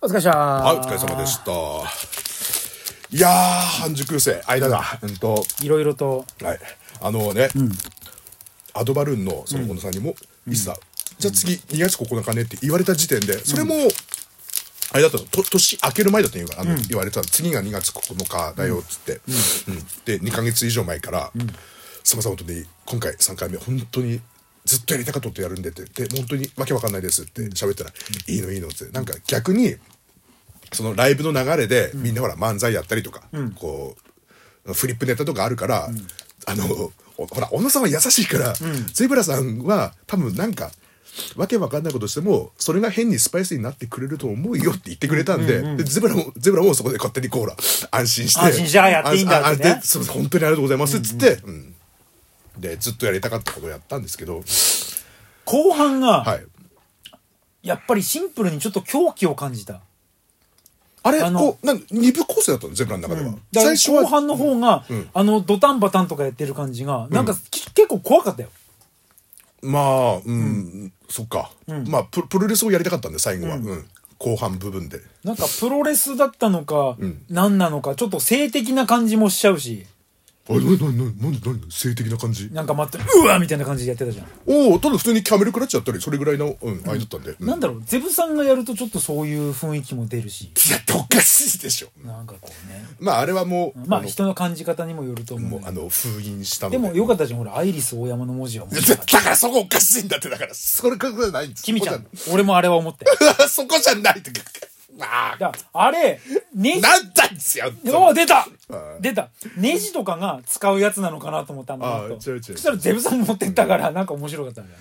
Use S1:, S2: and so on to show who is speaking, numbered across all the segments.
S1: お疲れ様
S2: はい、お疲れ様でした。いやー、半熟生、間だ。うんと、
S1: いろいろと
S2: はい。あのね、アドバルーンのその小野さんにも、いつだ、じゃあ次、2月9日ねって言われた時点で、それも、あれだったの、と年明ける前だったの言うから、あの、言われてたの次が2月9日だよ、っつって、うんで、2ヶ月以上前から、すみません、本当に、今回3回目、本当に、ずっとやりたかったことやるんでって、で、本当にわけわかんないですって喋ったら、いいのいいのって、なんか逆に、そのライブの流れで、みんなほら漫才やったりとか、こうフリップネタとかあるから、あのおほら小野さんは優しいから、ゼブラさんは多分なんかわけわかんないことしてもそれが変にスパイスになってくれると思うよって言ってくれたんで,、でゼブラもゼブラもそこで勝手にこうほら安心して
S1: 安心してあやっていいんだってね
S2: あああですいません本当にありがとうございますっつって、うんでずっとやりたかったことをやったんですけど
S1: 後半
S2: は
S1: が
S2: い
S1: やっぱりシンプルにちょっと狂気を感じた
S2: あれ
S1: あの
S2: こうなん二部構成だったのゼブラの中では、
S1: だから
S2: 最初は
S1: 後半の方があのドタンバタンとかやってる感じがなんかき結構怖かったよ
S2: まあ、うん、そっか。まあプ、プロレスをやりたかったんで、最後は。うん。後半部分で。
S1: なんかプロレスだったのか何なのかちょっと性的な感じもしちゃうし
S2: あ、なになになになになに性的な感じ。
S1: なんかまたうわみたいな感じでやってたじゃん
S2: おお、ただ普通にキャメル食らっちゃったり、それぐらいの、うん、あれだったんで。う
S1: なんだろうゼブさんがやるとちょっとそういう雰囲気も出るし
S2: いや、おかしいでしょ。
S1: なんかこうね
S2: まあ、あれはもう、
S1: まあ
S2: あの、
S1: 人の感じ方にもよると思う
S2: も
S1: ん
S2: う
S1: だけど
S2: あの、封印したの
S1: でもよかったじゃんほらアイリス大山の文字はもう
S2: いやだだからそこおかしいんだって、だから、それこそじゃないんです
S1: 君ちゃん俺もあれは思って
S2: そこじゃそこじゃないって。ああ、
S1: だあれネジ
S2: なんだんですよ。
S1: おー出た出たネジとかが使うやつなのかなと思ったんだ
S2: あー
S1: と
S2: 違う違う
S1: そしたらゼブさん持ってったからなんか面白かったんだよ、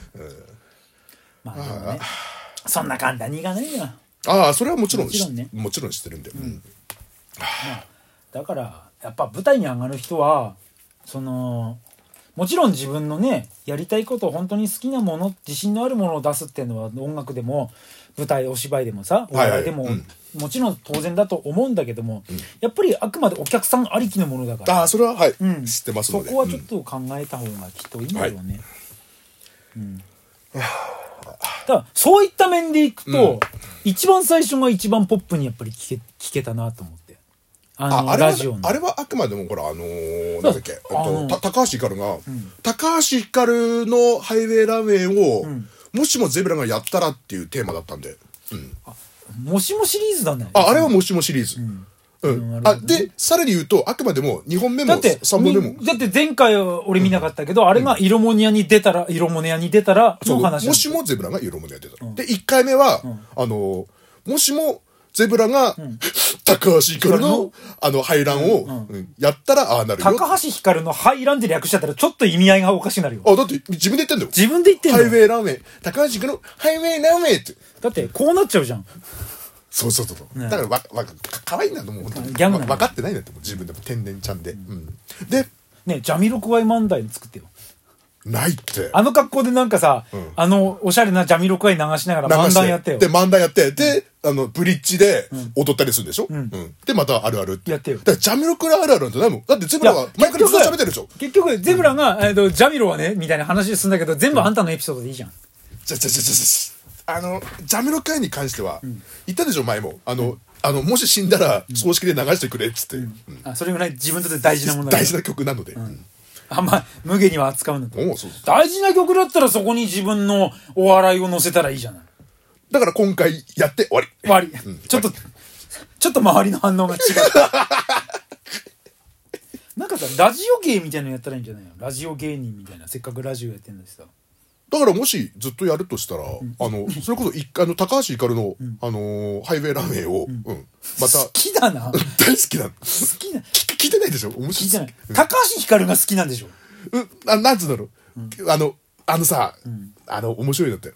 S1: まあでもねそんな簡単にいかないじゃん
S2: ああ、それはもちろん
S1: もちろんね
S2: もちろん知ってるんで。うん
S1: だからやっぱ舞台に上がる人はそのもちろん自分のねやりたいこと本当に好きなもの自信のあるものを出すっていうのは音楽でも舞台お芝居でもさお
S2: はい
S1: 笑いでも、
S2: うん
S1: もちろん当然だと思うんだけども、やっぱりあくまでお客さんありきのものだから
S2: ああ、それは、はい、
S1: うん
S2: 知ってますの
S1: そ
S2: で。
S1: こはちょっと考えた方がきっといいんだろうね、うんただそういった面でいくと、一番最初が一番ポップにやっぱり聞け聞けたなと思ってあの
S2: ああれは
S1: ラジオの
S2: あれはあくまでもほらあのー、なんだっけ、えっ
S1: あの
S2: と、た高橋ひかるが、高橋ひかるのハイウェイラーメンを、もしもゼブラがやったらっていうテーマだったんで、うん、
S1: もしもシリーズだね。
S2: ああれはもしもシリーズ、うんあでさらに言うとあくまでも2本目も
S1: だって、
S2: 3本目も
S1: みだって前回は俺見なかったけど、あれがイロモニアに出たら、イロモニアに出たら
S2: そ
S1: の
S2: うも
S1: 話なんだ
S2: しもゼブラがイロモニア出た、で1回目は、あのーもしもゼブラが、高橋ひかるのあの排卵を、うんやったらああなるよ
S1: 高橋ひかるのハイランで略しちゃったらちょっと意味合いがおかしくなるよ。
S2: あだって自分で言ってんだよ
S1: 自分で言ってん
S2: ハイウ
S1: だよ。
S2: ェイラーメン、高橋君のハイウェイラーメンって。
S1: だって、こうなっちゃうじゃん。
S2: そうそうそうそう。だからわ、わ、か可愛いんだと思う、本当に。
S1: ギャングな
S2: わ
S1: の
S2: 分かってないんだと思う、自分でも天然ちゃんで。うん。で、
S1: ね、ジャミロクワイ漫才作ってよ。
S2: ないって。
S1: あの格好でなんかさ、あの、おしゃれなジャミロクワイ流しながら
S2: 流
S1: 漫
S2: して
S1: 談やってよ
S2: で、。漫談やって、で、あの、ブリッジで踊ったりするんでしょうん。で、またあるあるって。
S1: やってよ
S2: だから、ジャミロクラあるあるなんてないもん。だって、ゼブラは前からずっと喋ってるでしょ
S1: 結局、ゼブラが、えっと、ジャミロはね、みたいな話するんだけど、全部あんたのエピソードでいいじゃん。
S2: じゃじゃじゃじゃじゃあのジャミロ会に関しては、言ったでしょ前もあの、あのもし死んだら葬式で流してくれっつって、うん
S1: あそれぐらい自分にとって大事なものだから
S2: 大事な曲なので、うん
S1: あんま無下には扱うなと
S2: おうそうそう
S1: 大事な曲だったらそこに自分のお笑いを乗せたらいいじゃない
S2: だから今回やって終わり。
S1: 終わり、ちょっとちょっと周りの反応が違う なんかさラジオ芸みたいなのやったらいいんじゃないのラジオ芸人みたいなせっかくラジオやってんのにさ
S2: だからもしずっとやるとしたら、あの、それこそ一回、あの、高橋ひかるの、あのーハイウェイラーメンを、うん、また
S1: 好、きだな好
S2: 大好きなの。
S1: きな
S2: 聞聞いてないでしょ面白い。
S1: 聞いてない高橋ひかるが好きなんでしょ
S2: うん、あなんつうんだろう、あの、あのさ、あの、面白いのって、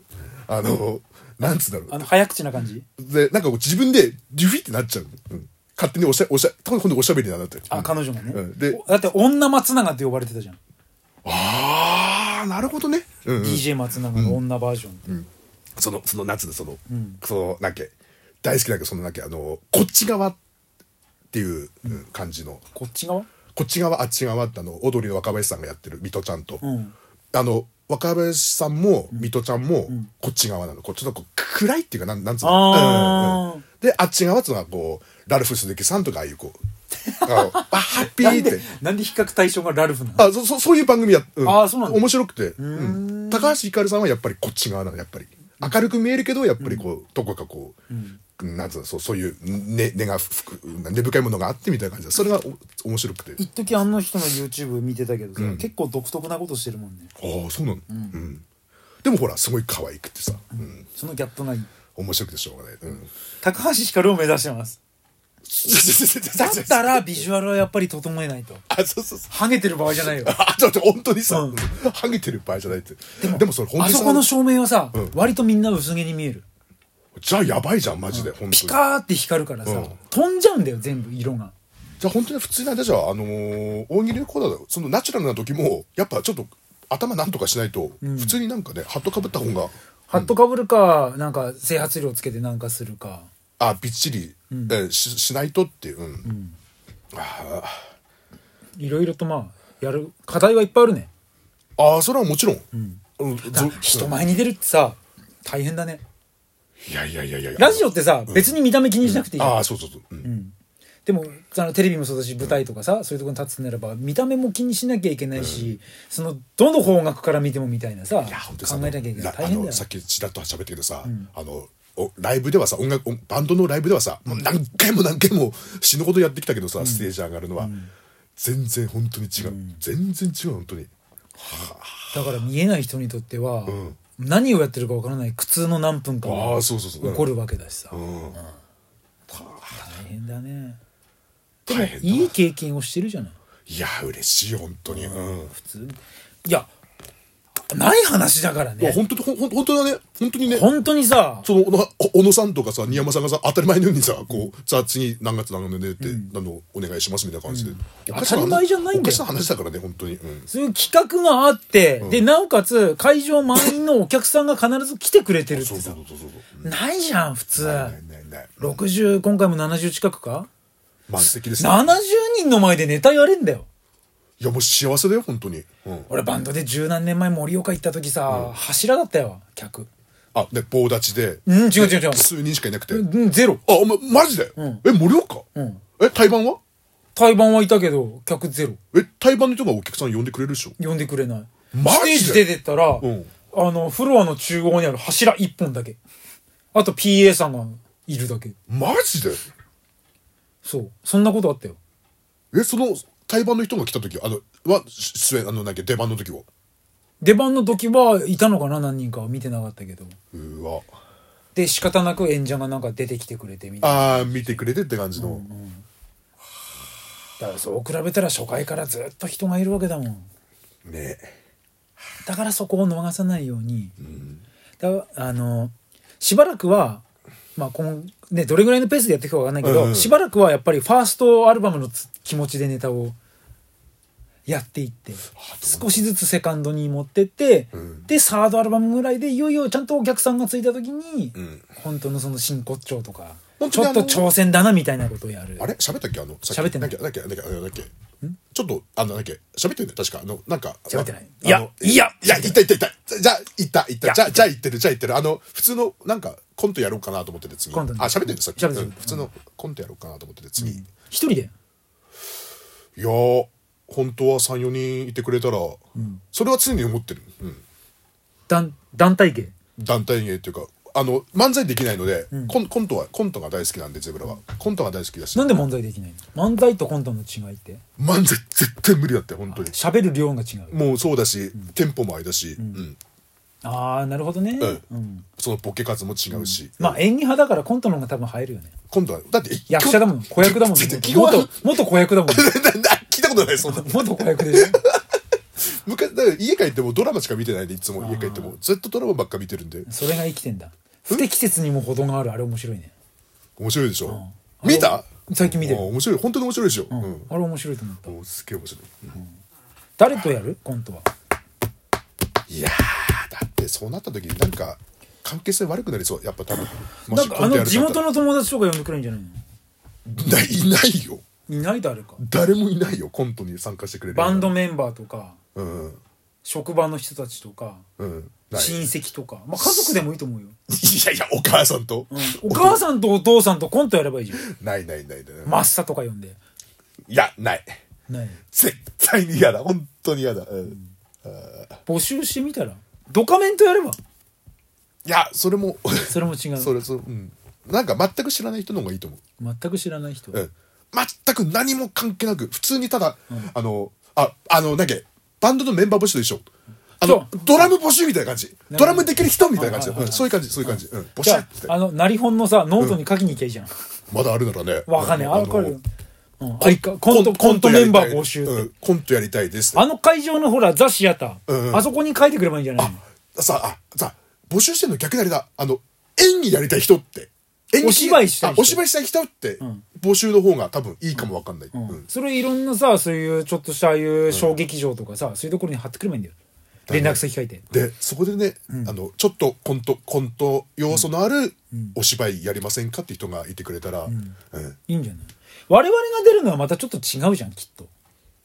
S2: あの、なんつうんだ
S1: あ
S2: ろ
S1: の早口な感じ
S2: う。で、なんかこう自分で、リュフィってなっちゃうの。うん。勝手におしゃ、おしゃ、多分今度おしゃべりになってる。
S1: あ彼女がね、
S2: うんで
S1: おだって女松永って呼ばれてたじゃん、
S2: あー、なるほどね。うん、うん。
S1: DJ 松永の女バージョン、
S2: その、その、なんつうの、その、その、なんけ、大好きだけど、その、なんけ、あの、こっち側っていううん感じの、
S1: こっち側
S2: こっち側、あっち側って、あの、踊りの若林さんがやってる、水戸ちゃんと、
S1: ん
S2: あの、若林さんも、水戸ちゃんも、こっち側なの。こっちの、こう、暗いっていうか、なん、なんつうの、
S1: あー
S2: うんうんであっち側っていうのはこうラルフ鈴木さんとかああいうこうあのあハッピーって
S1: なんで比較対象がラルフなの
S2: あそそそういう番組や、うん
S1: あーそうなんだ
S2: 面白くて、うん高橋ひかるさんはやっぱりこっち側なのやっぱり明るく見えるけどやっぱりこう、どこかこう、なんつうのそうそういう根根が深く根深いものがあってみたいな感じでそれがお面白くて
S1: 一時あの人の YouTube 見てたけどさ、結構独特なことしてるもんね
S2: ああそうなの、うんでもほらすごい可愛くてさ、うん、
S1: そのギャップがいい
S2: 面白くてしょうがない、うん、
S1: 高橋ひかるを目指してますだったらビジュアルはやっぱり整えないと
S2: あそうそうそう
S1: ハゲてる場合じゃないよ
S2: あちょっと本当にさ、
S1: うん
S2: ハゲてる場合じゃないってでもそれ本当
S1: あ
S2: に
S1: そこの
S2: さ
S1: 照明はさ、
S2: ん
S1: 割とみんな薄毛に見える
S2: じゃあやばいじゃんマジで、本当に
S1: ピカーって光るからさ、
S2: うん
S1: 飛んじゃうんだよ全部色が
S2: じゃあ本当に普通なんだじゃあ、あのー大喜利のコーナーだよそのナチュラルな時もやっぱちょっと頭なんとかしないと、普通になんかねハットかぶった方が
S1: ハットかぶるか、なんか整髪料つけてなんかするか
S2: あびっちり、えーししないとっていう、うんあ
S1: いろいろとまあやる課題はいっぱいあるね
S2: ーあーそれはもちろん、うん
S1: だ
S2: ぞ
S1: 人前に出るってさ大変だね
S2: いやいやいやいや
S1: ラジオってさ、別に見た目気にしなくていい、
S2: ああそうそうそう、うん
S1: でもあのテレビもそうだし舞台とかさ、そういうとこに立つならば見た目も気にしなきゃいけないし、そのどの方角から見てもみたいなさ
S2: いや本当に
S1: 考
S2: さ
S1: えなきゃいけない
S2: ら
S1: 大変
S2: あ
S1: だよ
S2: のさっきちらっと喋ったけどさ、あのおライブではさ音楽おバンドのライブではさもう何回も何回も死ぬほどやってきたけどさ、ステージ上がるのは、全然本当に違う、全然違う本当に
S1: だから見えない人にとっては、
S2: ん
S1: 何をやってるかわからない苦痛の何分間
S2: あ
S1: が
S2: ーそうそうそううん
S1: 起こるわけだしさ、
S2: うん
S1: 大変だねでも
S2: 大変だ
S1: いい経験をしてるじゃない
S2: いや嬉しいよ本当にうん
S1: 普通いやない話だから
S2: いや
S1: ね
S2: 本当にほんほん本当だね本当にね
S1: 本当にさ
S2: そのおお小野さんとかさ新山さんがさ当たり前のようにさこうさあ次何月何年でって、あのお願いしますみたいな感じで、おかし
S1: 当たり前じゃないんだよ
S2: おかしな話だからね本当に、うん、
S1: そういう企画があって、でなおかつ会場満員のお客さんが必ず来てくれてるって
S2: そう
S1: さ
S2: そうそうそうそう
S1: ないじゃん普通
S2: ないないない
S1: 60今回も70近くか
S2: 満席ですね
S1: 70人の前でネタやれんだよ
S2: いやもう幸せだよ本当に、うん、
S1: 俺バンドで十何年前盛岡行った時さ、柱だったよ客
S2: あで棒立ちで
S1: うん違う違う違う
S2: 数人しかいなくて、
S1: うんゼロ
S2: あお前マジで、え盛岡、え対バンは
S1: 対バンはいたけど客ゼロ
S2: え対バンの人がお客さん呼んでくれるでしょ
S1: 呼んでくれない
S2: マジで
S1: ステージ出てったら、
S2: ん
S1: あのフロアの中央にある柱一本だけあと PA さんがいるだけ
S2: マジで
S1: そうそんなことあったよ
S2: えその対バンの人が来た時あのは出演あのなんか出番の時は
S1: 出番の時はいたのかな何人かは見てなかったけど
S2: うわ
S1: で仕方なく演者がなんか出てきてくれてみたいな
S2: あー見てくれてって感じの、
S1: だからそう比べたら初回からずっと人がいるわけだもん
S2: ね
S1: だからそこを逃さないように、だあのしばらくは、まあこのね、どれぐらいのペースでやっていくかわかんないけど、
S2: うんうん
S1: しばらくはやっぱりファーストアルバムのつ気持ちでネタをやっていって少しずつセカンドに持ってって、でサードアルバムぐらいでいよいよちゃんとお客さんがついた時に、
S2: ん
S1: 本当のその真骨頂とか
S2: 本
S1: ち
S2: 当に
S1: ょ
S2: あ
S1: っ
S2: の
S1: と挑戦だなみたいなことをやる
S2: あれ喋ったっけあのさ
S1: 喋ってない
S2: だっけだっけだっけだっけちょっとあのだっけ喋ってるね確かあのなんか
S1: 喋ってない
S2: あ
S1: い
S2: の
S1: やいや
S2: いやいったいったいったじゃあいったいっ
S1: いや
S2: たじゃあじゃあいってるじゃあいってるあの普通のなんかコントやろうかなと思ってて次
S1: コント
S2: あ喋ってるさっき
S1: 喋ってる
S2: うん普通のコントやろうかなと思ってて次い
S1: 一人で
S2: やー本当は34人いてくれたらそれは常に思ってるうん
S1: 団団体芸
S2: 団体芸っていうかあの漫才できないのでコンコントはコントが大好きなんでゼブラはコントが大好きだし
S1: なんで漫才できないの漫才とコントの違いって
S2: 漫才絶対無理だって本当に
S1: 喋る量が違う
S2: もうそうだし、テンポもあれだし、うん
S1: ああなるほどね、
S2: うん
S1: うん
S2: そのボケ数も違うし、
S1: まあ演技派だからコントの方が多分入るよね。
S2: 今度はだって
S1: 役者だもん、子役だもん、
S2: ちょちょ基本は
S1: 元、元子役だもん。
S2: 聞いた ことないそんな
S1: 元子役でしょ。
S2: 昔だから家帰ってもドラマしか見てないんでいつも家帰ってもずっとドラマばっか見てるんで
S1: それが生きてんだ。不適切にも程がある、あれ面白いね。
S2: 面白いでしょ、見た
S1: 最近見てる
S2: あー面白い本当に面白いでしょ、うん
S1: あれ面白いと思った。
S2: おすっげえ面白い、
S1: 誰とやるコントは。
S2: いやーだってそうなった時になんか関係性悪くなりそうやっぱ多分も
S1: なんかあの地元
S2: の
S1: の友達とか呼んでくれるんじゃないの
S2: ないいないよ
S1: いない誰か。
S2: 誰もいないよコントに参加してくれる
S1: バンドメンバーとか、
S2: うん
S1: 職場の人たちとか、
S2: うんない
S1: 親戚とか、まあ、家族でもいいと思うよ、
S2: やいや、お母さんと。
S1: うんお母さんとお父さんとコントやればいいじゃん
S2: ないないないない。
S1: マッサとか呼んで
S2: いや、ない。
S1: ね
S2: 絶対に嫌だ。本当に嫌だ。うん
S1: 募集してみたらドカメントやれば
S2: いや、それも、
S1: それも違う
S2: それ、それ、うん。なんか全く知らない人の方がいいと思う。
S1: 全く知らない人、
S2: うん。全く何も関係なく、普通にただ、あの、あ、あの、なんか、バンドのメンバー募集でしょ。あの、ドラム募集みたいな感じ。ドラムできる人みたいな感じ。
S1: はいはいはい
S2: うんそういう感じ、そういう感じ。うん。募
S1: じ
S2: 集
S1: ゃ
S2: って
S1: あ。あのなり本のさノートに書きに行けばいいじゃん、
S2: まだあるならね。
S1: わかんねえあ
S2: の
S1: これ、うん、あいかコントコントメンバー募集っ
S2: う
S1: て
S2: んコントやりたいです。
S1: あの会場のほらザ・シアター、
S2: んうん
S1: あそこに書いてくればいいんじゃないの
S2: さあ、あさあ、募集してんの逆にあれだ。あの、演技やりたい人って。演技
S1: お芝居したい人
S2: あお芝居したい人って、募集の方が多分いいかもわかんない。うん
S1: それいろんなさそういうちょっとしたああいう小劇場とかさ、そういうところに貼ってくればいいんだよ連絡先書いて
S2: で、そこでね、あの、ちょっとコント、コント要素のあるお芝居やりませんかって人がいてくれたら、うん。
S1: いいんじゃない我々が出るのはまたちょっと違うじゃんきっと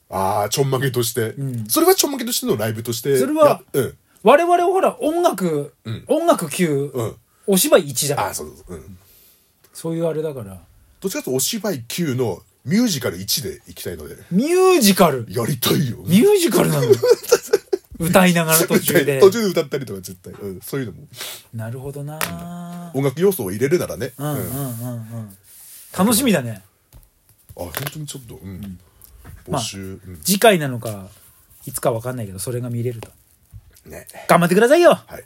S2: ああ、ちょんまげとして、それはちょんまげとしてのライブとして。
S1: それは
S2: やうん。
S1: 我々はほら音楽、音楽9、
S2: うん
S1: お芝居1だか
S2: ああ、
S1: ら
S2: そうそうそう。うん。
S1: そういうあれだから
S2: どっちかというとお芝居9のミュージカル1で行きたいので、
S1: ミュージカル
S2: やりたいよ。
S1: ミュージカルな の歌いながら途中で
S2: 途中で歌ったりとか絶対、うん、そういうのも
S1: なるほどな
S2: 音楽要素を入れるならね、
S1: うんうん
S2: あ
S1: うんうん楽しみだね
S2: 本当にちょっと、うん、募
S1: まあ
S2: 集、うん
S1: 次回なのかいつか分かんないけどそれが見れると
S2: ね
S1: 頑張ってくださいよ
S2: はい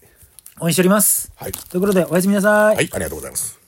S1: 応援しております
S2: はい
S1: ということでおやすみなさい
S2: はいありがとうございます